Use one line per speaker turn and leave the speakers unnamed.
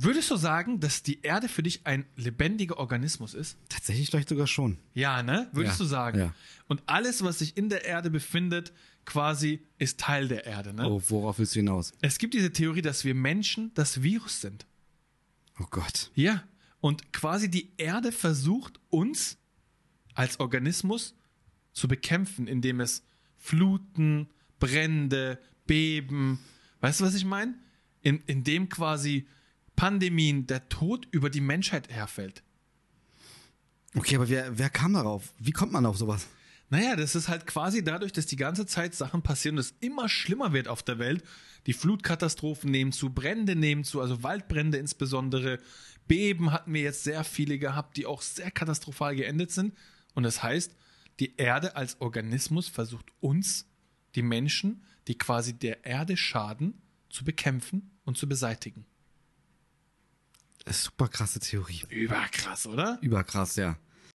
Würdest du sagen, dass die Erde für dich ein lebendiger Organismus ist?
Tatsächlich vielleicht sogar schon.
Ja, ne? Würdest
Ja,
du sagen.
ja.
Und alles, was sich in der Erde befindet, quasi ist Teil der Erde, ne?
Oh, worauf willst du hinaus?
Es gibt diese Theorie, dass wir Menschen das Virus sind.
Oh Gott.
Ja. Und quasi die Erde versucht, uns als Organismus zu bekämpfen, indem es Fluten, Brände, Beben, weißt du, was ich meine? In, indem quasi Pandemien, der Tod über die Menschheit herfällt.
Okay, aber wer, wer kam darauf? Wie kommt man auf sowas?
Naja, das ist halt quasi dadurch, dass die ganze Zeit Sachen passieren und es immer schlimmer wird auf der Welt. Die Flutkatastrophen nehmen zu, Brände nehmen zu, also Waldbrände insbesondere. Beben hatten wir jetzt sehr viele gehabt, die auch sehr katastrophal geendet sind. Und das heißt, die Erde als Organismus versucht uns, die Menschen, die quasi der Erde schaden, zu bekämpfen und zu beseitigen.
Das ist super krasse Theorie.
Überkrass, oder?
Überkrass, ja.